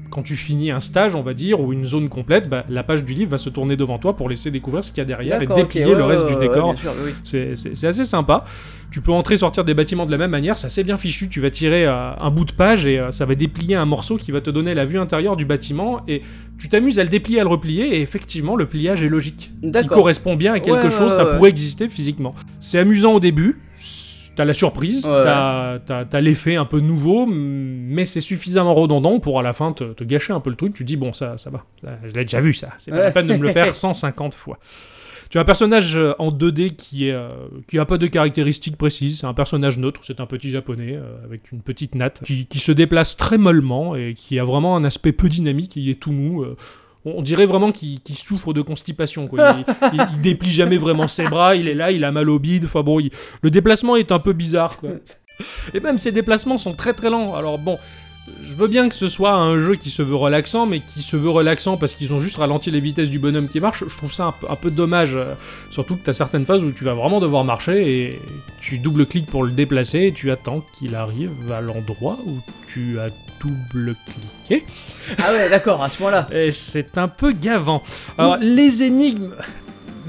Speaker 3: quand tu finis un stage, on va dire, ou une zone complète, bah, la page du livre va se tourner devant toi pour laisser découvrir ce qu'il y a derrière et
Speaker 4: D'accord, ok,
Speaker 3: déplier
Speaker 4: ouais,
Speaker 3: le reste
Speaker 4: ouais,
Speaker 3: du
Speaker 4: ouais,
Speaker 3: décor.
Speaker 4: bien sûr, oui.
Speaker 3: C'est- C'est c'est assez sympa. Tu peux entrer et sortir des bâtiments de la même manière, c'est assez bien fichu. Tu vas tirer euh, un bout de page et euh, ça va déplier un morceau qui va te donner la vue intérieure du bâtiment. Et tu t'amuses à le déplier, à le replier, et effectivement, le pliage est logique. Il
Speaker 4: D'accord.
Speaker 3: correspond bien à quelque
Speaker 4: Ouais,
Speaker 3: chose,
Speaker 4: ouais,
Speaker 3: ça
Speaker 4: ouais,
Speaker 3: pourrait exister physiquement. C'est amusant au début. c'est- T'as la surprise,
Speaker 4: Ouais, ouais.
Speaker 3: t'as t'as- t'as l'effet un peu nouveau, mais c'est suffisamment redondant pour à la fin te, te gâcher un peu le truc. Tu dis, bon, ça, ça va, ça, je l'ai déjà vu, ça, c'est pas la
Speaker 4: Ouais.
Speaker 3: peine de me le
Speaker 4: [LAUGHS]
Speaker 3: faire 150 fois. Tu as un personnage euh, en 2D qui est, euh, qui a pas de caractéristiques précises. C'est un personnage neutre. C'est un petit japonais euh, avec une petite natte qui, qui se déplace très mollement et qui a vraiment un aspect peu dynamique. Il est tout mou. euh, on on dirait vraiment qu'il qu'il souffre de constipation. Quoi. Il, il- il déplie jamais vraiment ses bras. Il est là, il a mal au bide. Enfin bon, il- le déplacement est un peu bizarre. Quoi. Et même ses déplacements sont très très lents. Alors bon. Je veux bien que ce soit un jeu qui se veut relaxant, mais qui se veut relaxant parce qu'ils ont juste ralenti les vitesses du bonhomme qui marche. Je trouve ça un, peu- un peu dommage. euh, Surtout que tu as certaines phases où tu vas vraiment devoir marcher et tu double-cliques pour le déplacer et tu attends qu'il arrive à l'endroit où tu as double-cliqué.
Speaker 4: Ah ouais, d'accord, à ce point-là.
Speaker 3: Et c'est un peu gavant. Alors, les énigmes.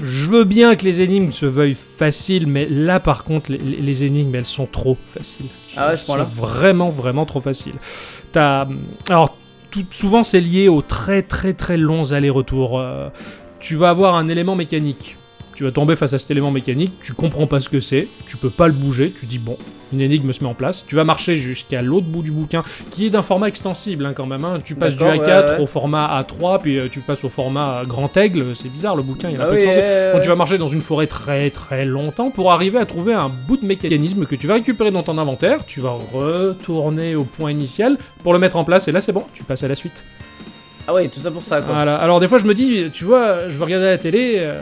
Speaker 3: Je veux bien que les énigmes se veuillent faciles, mais là par contre, les, les- les énigmes elles sont trop faciles.
Speaker 4: Ah ouais, à
Speaker 3: Elles
Speaker 4: ce
Speaker 3: sont
Speaker 4: point-là.
Speaker 3: vraiment, vraiment trop faciles. T'as. Alors, tout, souvent c'est lié aux très, très, très longs allers-retours. Euh, tu vas avoir un élément mécanique. Tu vas tomber face à cet élément mécanique, tu comprends pas ce que c'est, tu peux pas le bouger, tu dis bon, une énigme se met en place, tu vas marcher jusqu'à l'autre bout du bouquin, qui est d'un format extensible hein, quand même. hein. Tu passes du
Speaker 4: D'accord,
Speaker 3: A4
Speaker 4: ouais, ouais.
Speaker 3: au format A3, puis euh, tu passes au format euh, Grand Aigle, c'est bizarre le bouquin, il y a
Speaker 4: Ah
Speaker 3: un peu
Speaker 4: oui,
Speaker 3: de sens.
Speaker 4: ouais,
Speaker 3: Donc,
Speaker 4: ouais.
Speaker 3: tu vas marcher dans une forêt très très longtemps pour arriver à trouver un bout de mécanisme que tu vas récupérer dans ton inventaire, tu vas retourner au point initial pour le mettre en place et là c'est bon, tu passes à la suite.
Speaker 4: Ah ouais, tout ça pour ça, quoi.
Speaker 3: Voilà. Alors des fois je me dis, tu vois, je veux regarder la télé, euh,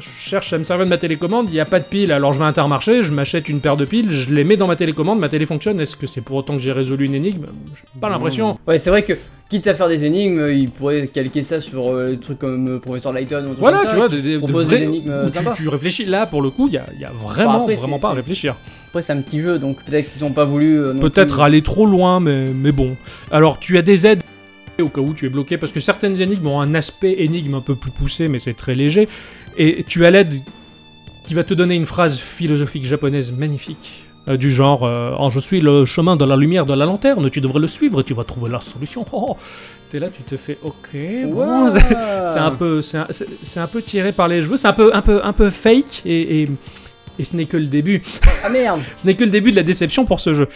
Speaker 3: je cherche à me servir de ma télécommande, il n'y a pas de pile, alors je vais à Intermarché, je m'achète une paire de piles, je les mets dans ma télécommande, ma télé fonctionne, est-ce que c'est pour autant que j'ai résolu une énigme J'ai pas l'impression.
Speaker 4: Mmh. Ouais, c'est vrai que, quitte à faire des énigmes, ils pourraient calquer ça sur euh, des trucs comme euh, Professeur Layton ou un truc
Speaker 3: Voilà,
Speaker 4: comme ça,
Speaker 3: tu vois,
Speaker 4: qui
Speaker 3: des, des- de
Speaker 4: proposent
Speaker 3: vrais-
Speaker 4: des énigmes euh,
Speaker 3: où tu,
Speaker 4: sympas.
Speaker 3: tu réfléchis. Là, pour le coup, il y a, il y a vraiment,
Speaker 4: Bon, après,
Speaker 3: vraiment
Speaker 4: c'est-
Speaker 3: pas à
Speaker 4: c'est-
Speaker 3: réfléchir.
Speaker 4: Après, c'est un petit jeu, donc peut-être qu'ils ont pas voulu. euh, non
Speaker 3: Peut-être
Speaker 4: plus-
Speaker 3: aller trop loin, mais, mais bon. Alors, tu as des aides au cas où tu es bloqué, parce que certaines énigmes ont un aspect énigme un peu plus poussé, mais c'est très léger. Et tu as l'aide qui va te donner une phrase philosophique japonaise magnifique. euh, du genre, euh, Oh, je suis le chemin de la lumière de la lanterne, tu devrais le suivre, tu vas trouver la solution. Oh, t'es là, tu te fais, ok, bon,
Speaker 4: Ouah.
Speaker 3: [LAUGHS] c'est un peu c'est un, c'est- c'est un peu tiré par les cheveux c'est un peu un peu un peu fake et, et- et ce n'est que le début
Speaker 4: Ah merde
Speaker 3: ce n'est que le début de la déception pour ce jeu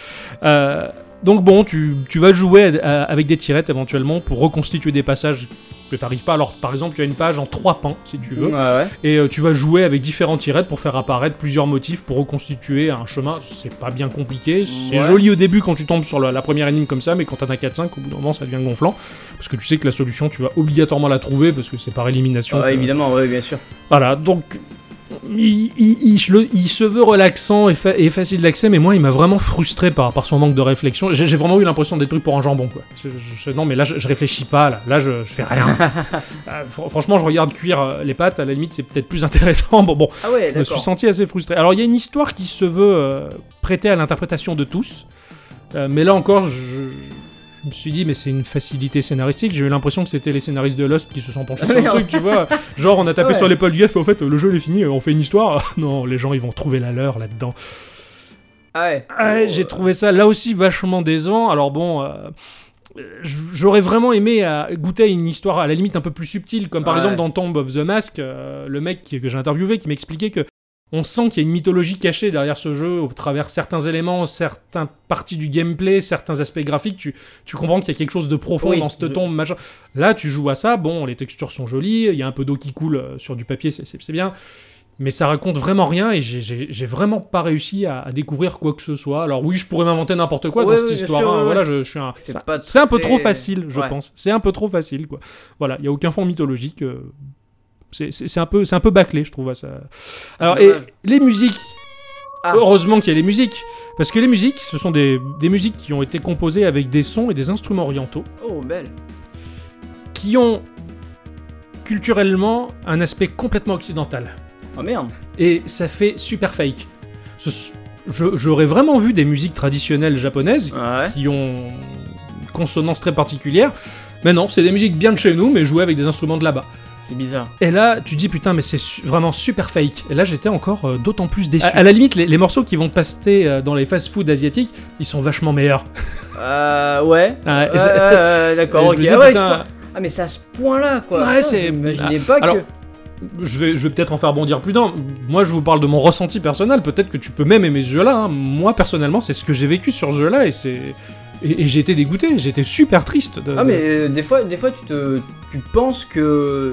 Speaker 3: Euh, donc bon tu, tu vas jouer à- à- avec des tirettes éventuellement pour reconstituer des passages que que t'arrives pas. Alors, par exemple, tu as une page en trois pans, si [LAUGHS] tu veux,
Speaker 4: Ouais, ouais.
Speaker 3: et euh, tu vas jouer avec différents tirettes pour faire apparaître plusieurs motifs, pour reconstituer un chemin. C'est pas bien compliqué, c'est
Speaker 4: Ouais.
Speaker 3: joli au début quand tu tombes sur la, la première énigme comme ça, mais quand t'en as 4-5, au bout d'un moment, ça devient gonflant, parce que tu sais que la solution, tu vas obligatoirement la trouver, parce que c'est par élimination.
Speaker 4: Ouais,
Speaker 3: que-
Speaker 4: Ah, évidemment, ouais, bien sûr.
Speaker 3: Voilà, donc il, il- il- le- il se veut relaxant et, fa- et facile d'accès, mais moi il m'a vraiment frustré par, par son manque de réflexion. J'ai j'ai vraiment eu l'impression d'être pris pour un jambon, quoi. Je- je- je- non, mais là je, je réfléchis pas, là, là je, je fais rien. Euh, fr- franchement, je regarde cuire euh, les pâtes, à la limite c'est peut-être plus intéressant. Bon, bon,
Speaker 4: Ah ouais,
Speaker 3: je me suis
Speaker 4: d'accord.
Speaker 3: senti assez frustré. Alors il y a une histoire qui se veut euh, prêtée à l'interprétation de tous, Euh, mais là encore, je, je me suis dit mais c'est une facilité scénaristique. J'ai eu l'impression que c'était les scénaristes de Lost qui se sont
Speaker 4: [LAUGHS]
Speaker 3: penchés sur le
Speaker 4: Merde.
Speaker 3: truc, tu vois. Genre on a tapé
Speaker 4: Ouais.
Speaker 3: sur l'épaule du F et au fait le jeu il est fini, euh, on fait une histoire. [LAUGHS] non, les gens ils vont trouver la leur là-dedans.
Speaker 4: Ah ouais.
Speaker 3: Ah,
Speaker 4: Oh,
Speaker 3: j'ai trouvé ça là aussi vachement décevant. Alors bon. euh, euh, j- J'aurais vraiment aimé à goûter à une histoire à la limite un peu plus subtile, comme par
Speaker 4: Ouais.
Speaker 3: exemple dans Tomb of the Mask, euh, le mec qui- que j'ai interviewé qui m'expliquait que on sent qu'il y a une mythologie cachée derrière ce jeu, au travers certains éléments, certaines parties du gameplay, certains aspects graphiques. Tu, tu comprends qu'il y a quelque chose de profond
Speaker 4: Oui,
Speaker 3: dans cette
Speaker 4: je-
Speaker 3: tombe, machin. Là, tu joues à ça. Bon, les textures sont jolies, il y a un peu d'eau qui coule euh, sur du papier, c'est- c'est c'est bien. Mais ça raconte vraiment rien et j'ai- j'ai j'ai vraiment pas réussi à, à découvrir quoi que ce soit. Alors oui, je pourrais m'inventer n'importe quoi
Speaker 4: Ouais,
Speaker 3: dans cette
Speaker 4: ouais, bien
Speaker 3: histoire.
Speaker 4: sûr,
Speaker 3: hein.
Speaker 4: ouais,
Speaker 3: Voilà, je, je suis un.
Speaker 4: C'est
Speaker 3: ça-
Speaker 4: pas
Speaker 3: C'est un peu
Speaker 4: très-
Speaker 3: trop facile, je
Speaker 4: Ouais.
Speaker 3: pense. C'est un peu trop facile, quoi. Voilà, il y a aucun fond mythologique. euh, C'est c'est- c'est un peu, c'est un peu bâclé, je trouve. à Ça. Alors, et
Speaker 4: dommage.
Speaker 3: les musiques.
Speaker 4: Ah.
Speaker 3: Heureusement qu'il y a les musiques, parce que les musiques, ce sont des, des musiques qui ont été composées avec des sons et des instruments orientaux,
Speaker 4: Oh, belle.
Speaker 3: qui ont culturellement un aspect complètement occidental
Speaker 4: Oh merde.
Speaker 3: et ça fait super fake. Ce- je- J'aurais vraiment vu des musiques traditionnelles japonaises
Speaker 4: Ah Ouais.
Speaker 3: qui ont une consonance très particulière, mais non, c'est des musiques bien de chez nous, mais jouées avec des instruments de là-bas.
Speaker 4: C'est bizarre.
Speaker 3: Et là, tu dis putain, mais c'est su- vraiment super fake. Et là, j'étais encore euh, d'autant plus déçu. À, à la limite, les, les morceaux qui vont passer euh, dans les fast-food asiatiques, ils sont vachement meilleurs.
Speaker 4: Euh, ouais.
Speaker 3: Ah, [LAUGHS] et
Speaker 4: Ouais,
Speaker 3: ça-
Speaker 4: ouais, ouais, d'accord,
Speaker 3: Et [LAUGHS] je
Speaker 4: ok.
Speaker 3: me disais,
Speaker 4: Ah ouais,
Speaker 3: putain,
Speaker 4: c'est pas- ah, mais c'est à ce point-là, quoi.
Speaker 3: Ouais,
Speaker 4: Putain,
Speaker 3: c'est-
Speaker 4: J'imaginais pas
Speaker 3: Alors,
Speaker 4: que.
Speaker 3: je vais, je vais peut-être en faire bondir plus d'un. Moi, je vous parle de mon ressenti personnel. Peut-être que tu peux même aimer ce jeu-là. hein. Moi, personnellement, c'est ce que j'ai vécu sur ce jeu-là et c'est. Et, et j'ai été dégoûté, j'ai été super triste. de-
Speaker 4: Ah, mais euh, des fois, des fois tu, te... tu penses que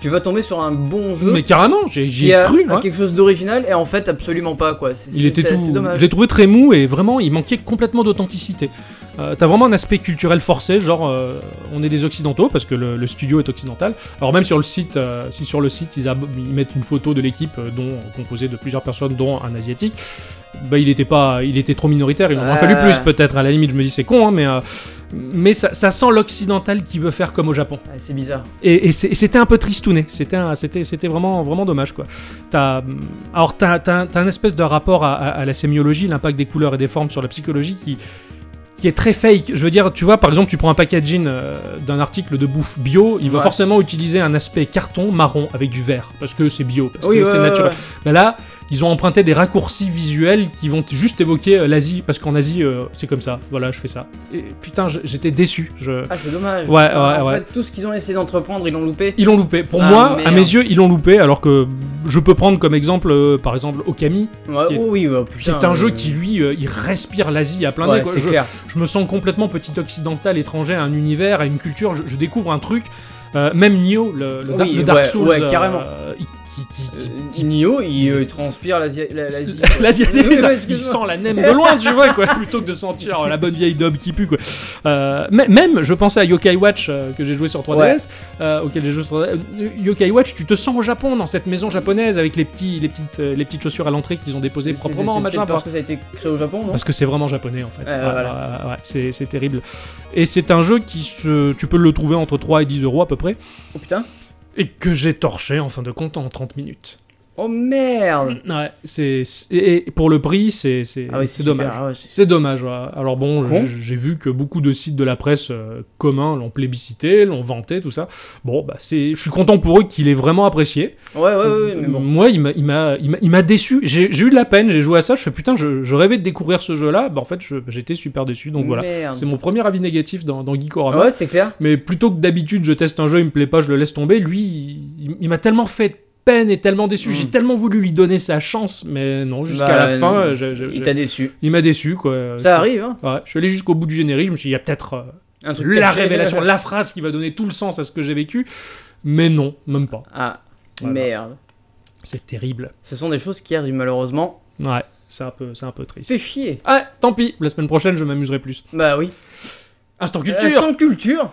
Speaker 4: tu vas tomber sur un bon jeu.
Speaker 3: Mais carrément, j'ai- j'y
Speaker 4: qui
Speaker 3: ai
Speaker 4: a
Speaker 3: cru.
Speaker 4: a
Speaker 3: hein.
Speaker 4: quelque chose d'original et en fait absolument pas quoi. C'est
Speaker 3: Il était
Speaker 4: c'est-
Speaker 3: tout.
Speaker 4: c'est
Speaker 3: Je
Speaker 4: dommage.
Speaker 3: l'ai trouvé très mou et vraiment, il manquait complètement d'authenticité. Euh, T'as vraiment un aspect culturel forcé, genre euh, on est des occidentaux parce que le, le studio est occidental. Alors même sur le site, euh, si sur le site ils, ab- ils mettent une photo de l'équipe euh, dont composée de plusieurs personnes, dont un asiatique, bah il était pas, il était trop minoritaire. Il en aurait
Speaker 4: Ouais.
Speaker 3: fallu plus peut-être. À la limite, je me dis c'est con, hein, mais euh, mais ça, ça sent l'occidental qui veut faire comme au Japon.
Speaker 4: Ah, c'est bizarre.
Speaker 3: Et, et c'est- et c'était un peu tristouné, c'était un- c'était c'était vraiment vraiment dommage quoi. T'as alors t'as t'as- t'as un espèce de rapport à, à- à la sémiologie, l'impact des couleurs et des formes sur la psychologie qui qui est très fake. Je veux dire, tu vois, par exemple, tu prends un packaging euh, d'un article de bouffe bio, il va
Speaker 4: Ouais.
Speaker 3: forcément utiliser un aspect carton marron avec du vert parce que c'est bio, parce que
Speaker 4: ouais,
Speaker 3: c'est
Speaker 4: ouais,
Speaker 3: naturel.
Speaker 4: ouais.
Speaker 3: Mais là, ils ont emprunté des raccourcis visuels qui vont juste évoquer euh, l'Asie parce qu'en Asie euh, c'est comme ça. Voilà, je fais ça. Et, putain, j- j'étais déçu. Je...
Speaker 4: Ah c'est dommage.
Speaker 3: Ouais,
Speaker 4: Putain,
Speaker 3: ouais,
Speaker 4: en
Speaker 3: ouais.
Speaker 4: fait, tout ce qu'ils ont essayé d'entreprendre, ils l'ont loupé.
Speaker 3: Ils l'ont loupé. Pour
Speaker 4: Ah,
Speaker 3: moi, à
Speaker 4: merde.
Speaker 3: mes yeux, ils l'ont loupé. Alors que je peux prendre comme exemple, euh, par exemple, Okami,
Speaker 4: Ouais,
Speaker 3: Qui est-
Speaker 4: oh oui, bah, putain,
Speaker 3: C'est un
Speaker 4: euh,
Speaker 3: jeu qui, lui, euh, il respire l'Asie à plein nez.
Speaker 4: ouais,
Speaker 3: quoi.
Speaker 4: c'est
Speaker 3: Je,
Speaker 4: clair.
Speaker 3: je me sens complètement petit occidental, étranger à un univers, à une culture. Je, je découvre un truc. Euh, même Nioh, le, le, Dar-
Speaker 4: Oui,
Speaker 3: le Dark
Speaker 4: ouais,
Speaker 3: Souls,
Speaker 4: ouais, carrément.
Speaker 3: euh, qui- qui- qui-
Speaker 4: Euh, Nioh, il euh, transpire l'Asie. la- l'Asie, quoi.
Speaker 3: [LAUGHS] L'Asie,
Speaker 4: Oui, oui,
Speaker 3: il
Speaker 4: excuse-moi.
Speaker 3: sent la nem de loin, tu vois, quoi, [LAUGHS] plutôt que de sentir euh, la bonne vieille dobe qui pue, quoi. Euh, mais- même, je pensais à Yokai Watch euh, que j'ai joué sur 3DS, euh, auquel j'ai joué sur 3DS. Euh, Yokai Watch, tu te sens au Japon, dans cette maison japonaise, avec les, petits, les, petites, euh, les petites chaussures à l'entrée qu'ils ont déposées
Speaker 4: C'est-
Speaker 3: proprement,
Speaker 4: c'était
Speaker 3: machin.
Speaker 4: peut-être parce que ça a été créé au Japon, non
Speaker 3: Parce que c'est vraiment japonais en fait.
Speaker 4: Ouais,
Speaker 3: Ouais,
Speaker 4: voilà.
Speaker 3: ouais, ouais, c'est c'est terrible. Et c'est un jeu qui se. Tu peux le trouver entre 3 et 10 euros à peu près.
Speaker 4: Oh putain.
Speaker 3: Et que j'ai torché en fin de compte en 30 minutes.
Speaker 4: Oh merde.
Speaker 3: Ouais, c'est. c'est- Et pour le prix, c'est c'est-
Speaker 4: Ah oui,
Speaker 3: c'est dommage.
Speaker 4: super, ah ouais, c'est-
Speaker 3: C'est dommage. ouais. Alors bon,
Speaker 4: Con.
Speaker 3: j- j'ai vu que beaucoup de sites de la presse euh, communs l'ont plébiscité, l'ont vanté, tout ça. Bon, bah c'est, je suis content pour eux qu'il ait vraiment apprécié.
Speaker 4: Ouais, ouais, ouais, mais bon.
Speaker 3: Moi, il m'a, il m'a, il m'a- il m'a déçu. J'ai, j'ai eu de la peine. J'ai joué à ça. Je fais putain, je, je rêvais de découvrir ce jeu-là. Bah en fait, je- j'étais super déçu. Donc voilà.
Speaker 4: Merde.
Speaker 3: C'est mon premier avis négatif dans, dans Geekorama.
Speaker 4: Ouais, c'est clair.
Speaker 3: Mais plutôt que d'habitude, je teste un jeu, il me plaît pas, je le laisse tomber. Lui, il, il m'a tellement fait peine et tellement déçu.
Speaker 4: Mm.
Speaker 3: J'ai tellement voulu lui donner sa chance, mais non, jusqu'à
Speaker 4: Bah,
Speaker 3: la fin,
Speaker 4: non.
Speaker 3: j'ai- j'ai-
Speaker 4: Il
Speaker 3: j'ai-
Speaker 4: t'a déçu.
Speaker 3: il m'a déçu quoi.
Speaker 4: Ça arrive, hein.
Speaker 3: Ouais, je suis allé jusqu'au bout du générique, je me suis dit, il y a peut-être euh,
Speaker 4: Un truc
Speaker 3: la
Speaker 4: caché.
Speaker 3: révélation, la phrase qui va donner tout le sens à ce que j'ai vécu. Mais non, même pas.
Speaker 4: [LAUGHS] Ah,
Speaker 3: Voilà.
Speaker 4: merde.
Speaker 3: C'est terrible.
Speaker 4: Ce sont des choses qui arrivent malheureusement.
Speaker 3: Ouais, c'est un peu, c'est un peu triste.
Speaker 4: C'est chier.
Speaker 3: Ah, tant pis, la semaine prochaine, je m'amuserai plus.
Speaker 4: Bah oui.
Speaker 3: Instant
Speaker 4: Euh,
Speaker 3: culture
Speaker 4: sans culture.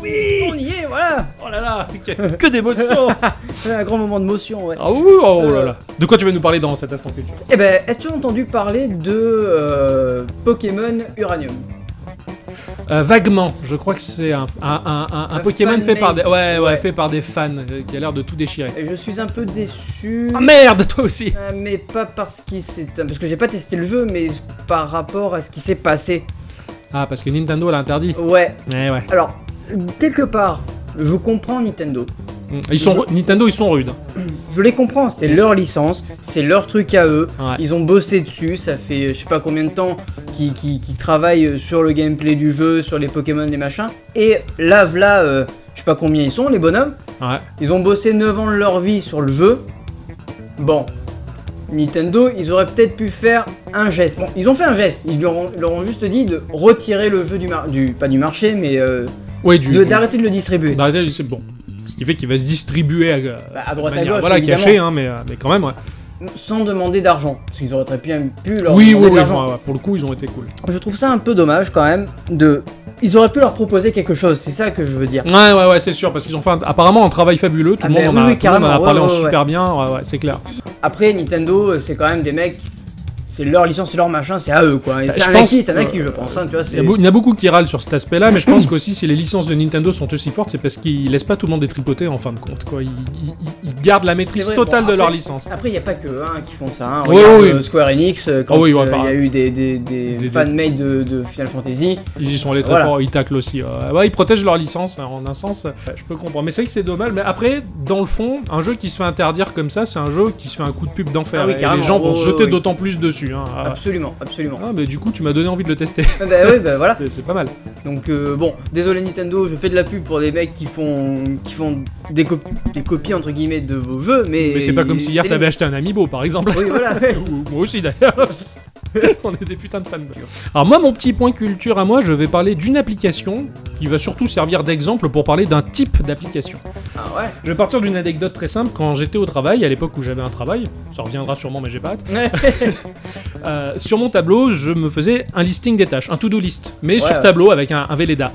Speaker 4: Oui On y est, voilà
Speaker 3: Oh là là, que, que d'émotion
Speaker 4: C'est un grand moment de motion, ouais.
Speaker 3: [LAUGHS] Ah ouh, oh là là De quoi tu vas nous parler dans cet instant culture
Speaker 4: Eh ben, as-tu entendu parler de euh, Pokémon Uranium
Speaker 3: Euh, Vaguement, je crois que c'est un, un- un- un- un
Speaker 4: Un
Speaker 3: Pokémon
Speaker 4: fan
Speaker 3: fait par, des,
Speaker 4: made.
Speaker 3: ouais, ouais,
Speaker 4: Ouais.
Speaker 3: fait par des fans, euh, qui a l'air de tout déchirer.
Speaker 4: Et je suis un peu déçu.
Speaker 3: Ah merde, toi aussi
Speaker 4: Euh, mais pas parce qu'il s'est. Parce que j'ai pas testé le jeu, mais par rapport à ce qui s'est passé.
Speaker 3: Ah, parce que Nintendo l'a interdit.
Speaker 4: Ouais,
Speaker 3: Ouais, ouais.
Speaker 4: alors, quelque part, je comprends Nintendo.
Speaker 3: Mm. Ils sont, ru- Nintendo, ils sont rudes.
Speaker 4: Je les comprends, c'est leur licence, c'est leur truc à eux.
Speaker 3: Ouais.
Speaker 4: Ils ont bossé dessus, ça fait je sais pas combien de temps qu'ils qu'ils- qu'ils travaillent sur le gameplay du jeu, sur les Pokémon, les machins. Et là, voilà, euh, je sais pas combien ils sont, les bonhommes.
Speaker 3: Ouais.
Speaker 4: Ils ont bossé 9 ans de leur vie sur le jeu. Bon. Nintendo, ils auraient peut-être pu faire un geste. Bon, ils ont fait un geste. Ils leur ont, leur ont juste dit de retirer le jeu du, mar- du pas du marché, mais euh,
Speaker 3: Ouais, du. Bah,
Speaker 4: de-
Speaker 3: du-
Speaker 4: d'arrêter de le distribuer.
Speaker 3: d'arrêter, c'est bon. Ce qui fait qu'il va se distribuer à, euh,
Speaker 4: Bah, à droite,
Speaker 3: de
Speaker 4: à gauche,
Speaker 3: voilà,
Speaker 4: évidemment.
Speaker 3: caché, hein, mais, euh, mais quand même, ouais.
Speaker 4: sans demander d'argent. Parce qu'ils auraient très bien pu leur
Speaker 3: Oui, oui,
Speaker 4: demander
Speaker 3: oui,
Speaker 4: de l'argent.
Speaker 3: ouais, ouais, pour le coup, ils ont été cool.
Speaker 4: Je trouve ça un peu dommage quand même. De... Ils auraient pu leur proposer quelque chose, c'est ça que je veux dire.
Speaker 3: Ouais, ouais, ouais, c'est sûr, parce qu'ils ont fait un- apparemment un travail fabuleux. Tout
Speaker 4: Ah,
Speaker 3: le monde
Speaker 4: mais
Speaker 3: en
Speaker 4: oui,
Speaker 3: a,
Speaker 4: oui,
Speaker 3: tout le monde en a
Speaker 4: carrément,
Speaker 3: parlé
Speaker 4: ouais,
Speaker 3: en
Speaker 4: ouais, ouais.
Speaker 3: super bien, ouais, ouais, c'est clair.
Speaker 4: Après, Nintendo, c'est quand même des mecs. C'est leur licence, c'est leur machin, c'est à eux quoi. Et
Speaker 3: Bah,
Speaker 4: c'est
Speaker 3: je
Speaker 4: un
Speaker 3: pense-
Speaker 4: acquis, c'est un
Speaker 3: euh,
Speaker 4: acquis, je pense. hein, tu vois,
Speaker 3: Il y, a
Speaker 4: c'est-
Speaker 3: beau- il y en a beaucoup qui râlent sur cet aspect-là, mais je pense qu'aussi si les licences de Nintendo sont aussi fortes, c'est parce qu'ils laissent pas tout le monde détripoter en fin de compte. Quoi. Ils, ils- ils- ils gardent la maîtrise
Speaker 4: vrai,
Speaker 3: totale
Speaker 4: bon,
Speaker 3: de leur
Speaker 4: après-
Speaker 3: licence.
Speaker 4: Après, il n'y a pas que un qui font ça. hein.
Speaker 3: Oui,
Speaker 4: Regarde,
Speaker 3: oui.
Speaker 4: euh, Square Enix, euh, quand
Speaker 3: Ah
Speaker 4: euh,
Speaker 3: oui,
Speaker 4: il
Speaker 3: ouais,
Speaker 4: y a
Speaker 3: pareil.
Speaker 4: eu des, des, des
Speaker 3: Des-
Speaker 4: fan-made de, de Final Fantasy,
Speaker 3: Ils y sont allés très
Speaker 4: Voilà.
Speaker 3: fort, ils taclent aussi. euh, ouais, ils protègent leur licence hein, en un sens. euh, Je peux comprendre. Mais c'est vrai que c'est dommage. Mais après, dans le fond, un jeu qui se fait interdire comme ça, c'est un jeu qui se fait un coup de pub d'enfer.
Speaker 4: Ah oui,
Speaker 3: et les
Speaker 4: carrément.
Speaker 3: gens vont
Speaker 4: Ouais,
Speaker 3: se
Speaker 4: ouais,
Speaker 3: jeter
Speaker 4: ouais.
Speaker 3: d'autant plus dessus. hein. Ah,
Speaker 4: absolument, absolument.
Speaker 3: ah, mais du coup, tu m'as donné envie de le tester. [LAUGHS]
Speaker 4: [LAUGHS] Ah bah oui, bah voilà.
Speaker 3: C'est- c'est pas mal.
Speaker 4: Donc euh, bon, désolé Nintendo, je fais de la pub pour des mecs qui font qui font des, cop- des copies entre guillemets de vos jeux, mais
Speaker 3: Mais c'est pas comme si hier
Speaker 4: c'est
Speaker 3: t'avais acheté un amiibo, par exemple.
Speaker 4: les- Oui
Speaker 3: [LAUGHS]
Speaker 4: voilà. ouais.
Speaker 3: Ou- moi aussi d'ailleurs. [LAUGHS] On est des putains de fans. Alors moi, mon petit point culture à moi, je vais parler d'une application qui va surtout servir d'exemple pour parler d'un type d'application.
Speaker 4: Ah ouais.
Speaker 3: Je vais partir d'une anecdote très simple. Quand j'étais au travail, à l'époque où j'avais un travail, ça reviendra sûrement, mais j'ai pas hâte. Euh, sur mon tableau, je me faisais un listing des tâches, un to-do list, mais
Speaker 4: Ouais,
Speaker 3: sur
Speaker 4: ouais.
Speaker 3: tableau avec un, un Velleda.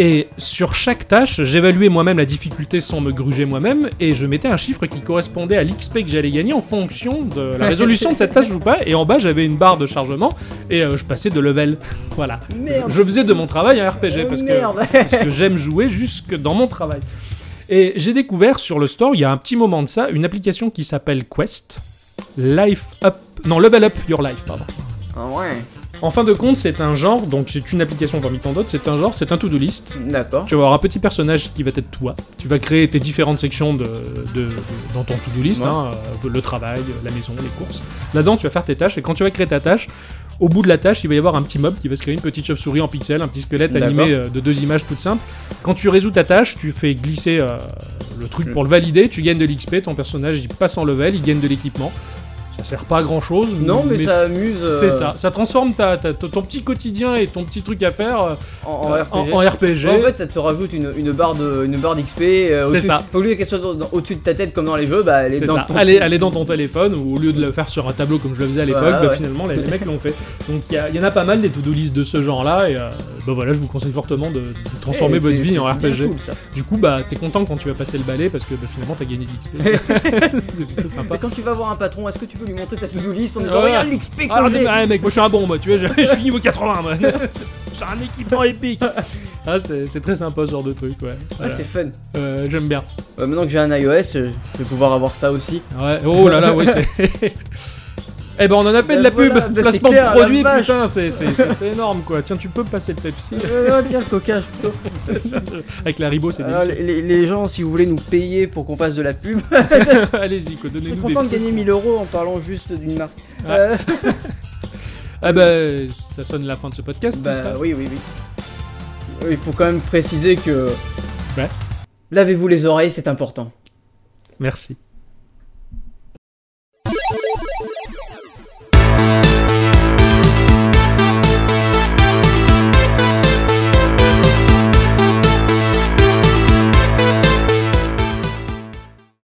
Speaker 3: Et sur chaque tâche, j'évaluais moi-même la difficulté sans me gruger moi-même, et je mettais un chiffre qui correspondait à l'XP que j'allais gagner en fonction de la résolution de cette tâche ou pas. Et en bas, j'avais une barre de chargement, et euh, je passais de level. Voilà.
Speaker 4: Merde.
Speaker 3: Je faisais de mon travail un RPG,
Speaker 4: Euh,
Speaker 3: parce que
Speaker 4: merde.
Speaker 3: parce que j'aime jouer jusque dans mon travail. Et j'ai découvert sur le store, il y a un petit moment de ça, une application qui s'appelle Quest. Life Up. Non, Level Up Your Life, pardon.
Speaker 4: Ah ouais.
Speaker 3: En fin de compte, c'est un genre, donc c'est une application parmi tant d'autres, c'est un genre, c'est un to-do list.
Speaker 4: D'accord.
Speaker 3: Tu vas avoir un petit personnage qui va être toi. Tu vas créer tes différentes sections de, de- de- dans ton to-do list,
Speaker 4: Ouais.
Speaker 3: hein, euh, le travail, la maison, les courses. Là-dedans, tu vas faire tes tâches, et quand tu vas créer ta tâche, au bout de la tâche, il va y avoir un petit mob qui va se créer une petite chauve-souris en pixels, un petit squelette
Speaker 4: D'accord.
Speaker 3: animé euh, de deux images toutes simples. Quand tu résous ta tâche, tu fais glisser euh, le truc
Speaker 4: Mm.
Speaker 3: pour le valider, tu gagnes de l'XP, ton personnage il passe en level, il gagne de l'équipement. Ça sert pas à grand chose.
Speaker 4: Non mais, ça amuse. euh,
Speaker 3: C'est ça, ça transforme ta- ta- ton petit quotidien et ton petit truc à faire euh,
Speaker 4: En, en RPG.
Speaker 3: en- en RPG.
Speaker 4: En fait, ça te rajoute une, une barre de une barre d'XP. euh,
Speaker 3: C'est
Speaker 4: au-dessus-
Speaker 3: ça.
Speaker 4: Au lieu qu'elle soit dans- dans- au-dessus de ta tête comme dans les jeux, bah elle est,
Speaker 3: C'est
Speaker 4: dans
Speaker 3: ça.
Speaker 4: ton-
Speaker 3: Allez, allez dans ton téléphone, ou au lieu de le faire sur un tableau comme je le faisais à l'époque,
Speaker 4: Voilà,
Speaker 3: bah,
Speaker 4: ouais.
Speaker 3: finalement les, les mecs l'ont fait. Donc il y a- il y, en a pas mal des to-do list de ce genre-là, et euh, bah voilà, je vous conseille fortement de, de transformer
Speaker 4: Eh,
Speaker 3: votre
Speaker 4: c'est-
Speaker 3: vie
Speaker 4: c'est-
Speaker 3: en
Speaker 4: c'est bien
Speaker 3: RPG.
Speaker 4: cool, ça.
Speaker 3: Du coup, bah t'es content quand tu vas passer le balai parce que bah, finalement t'as gagné de
Speaker 4: [LAUGHS]
Speaker 3: l'XP. c'est plutôt sympa.
Speaker 4: Et quand tu vas voir un patron, est-ce que tu peux lui montrer ta to-do list en
Speaker 3: Ah
Speaker 4: disant
Speaker 3: ouais.
Speaker 4: regarde l'XP
Speaker 3: Ah,
Speaker 4: que j'ai
Speaker 3: ouais, mec, moi je suis un bon, moi, tu vois, je, je suis niveau 80, moi. [LAUGHS] J'ai un équipement épique. Ah, c'est c'est très sympa ce genre de truc, ouais.
Speaker 4: Ah,
Speaker 3: Voilà.
Speaker 4: c'est fun.
Speaker 3: Euh, J'aime bien.
Speaker 4: Euh, maintenant que j'ai un iOS, euh, je vais pouvoir avoir
Speaker 3: [LAUGHS]
Speaker 4: ça aussi.
Speaker 3: Ouais, oh là là, ouais, c'est. [LAUGHS] Eh ben on en a fait
Speaker 4: Ben
Speaker 3: de la
Speaker 4: voilà,
Speaker 3: pub,
Speaker 4: ben c'est
Speaker 3: placement
Speaker 4: clair,
Speaker 3: de
Speaker 4: la
Speaker 3: produit,
Speaker 4: vache.
Speaker 3: putain, c'est- c'est c'est- c'est énorme quoi. Tiens, tu peux me passer le Pepsi
Speaker 4: Euh, tiens, le coca. je-
Speaker 3: avec la Ribot, c'est
Speaker 4: Alors,
Speaker 3: délicieux.
Speaker 4: les, Euh, les- les gens, si vous voulez nous payer pour qu'on fasse de la pub,
Speaker 3: [LAUGHS] Allez-y, quoi,
Speaker 4: [LAUGHS] je suis
Speaker 3: donnez-nous des.
Speaker 4: content de gagner 1000 euros en parlant juste d'une marque.
Speaker 3: Ah.
Speaker 4: Euh,
Speaker 3: Ah ben ça sonne la fin de ce podcast. tout
Speaker 4: bah
Speaker 3: ça.
Speaker 4: oui, oui, oui. Euh, Il faut quand même préciser que.
Speaker 3: Ouais.
Speaker 4: Lavez-vous les oreilles, c'est important.
Speaker 3: Merci.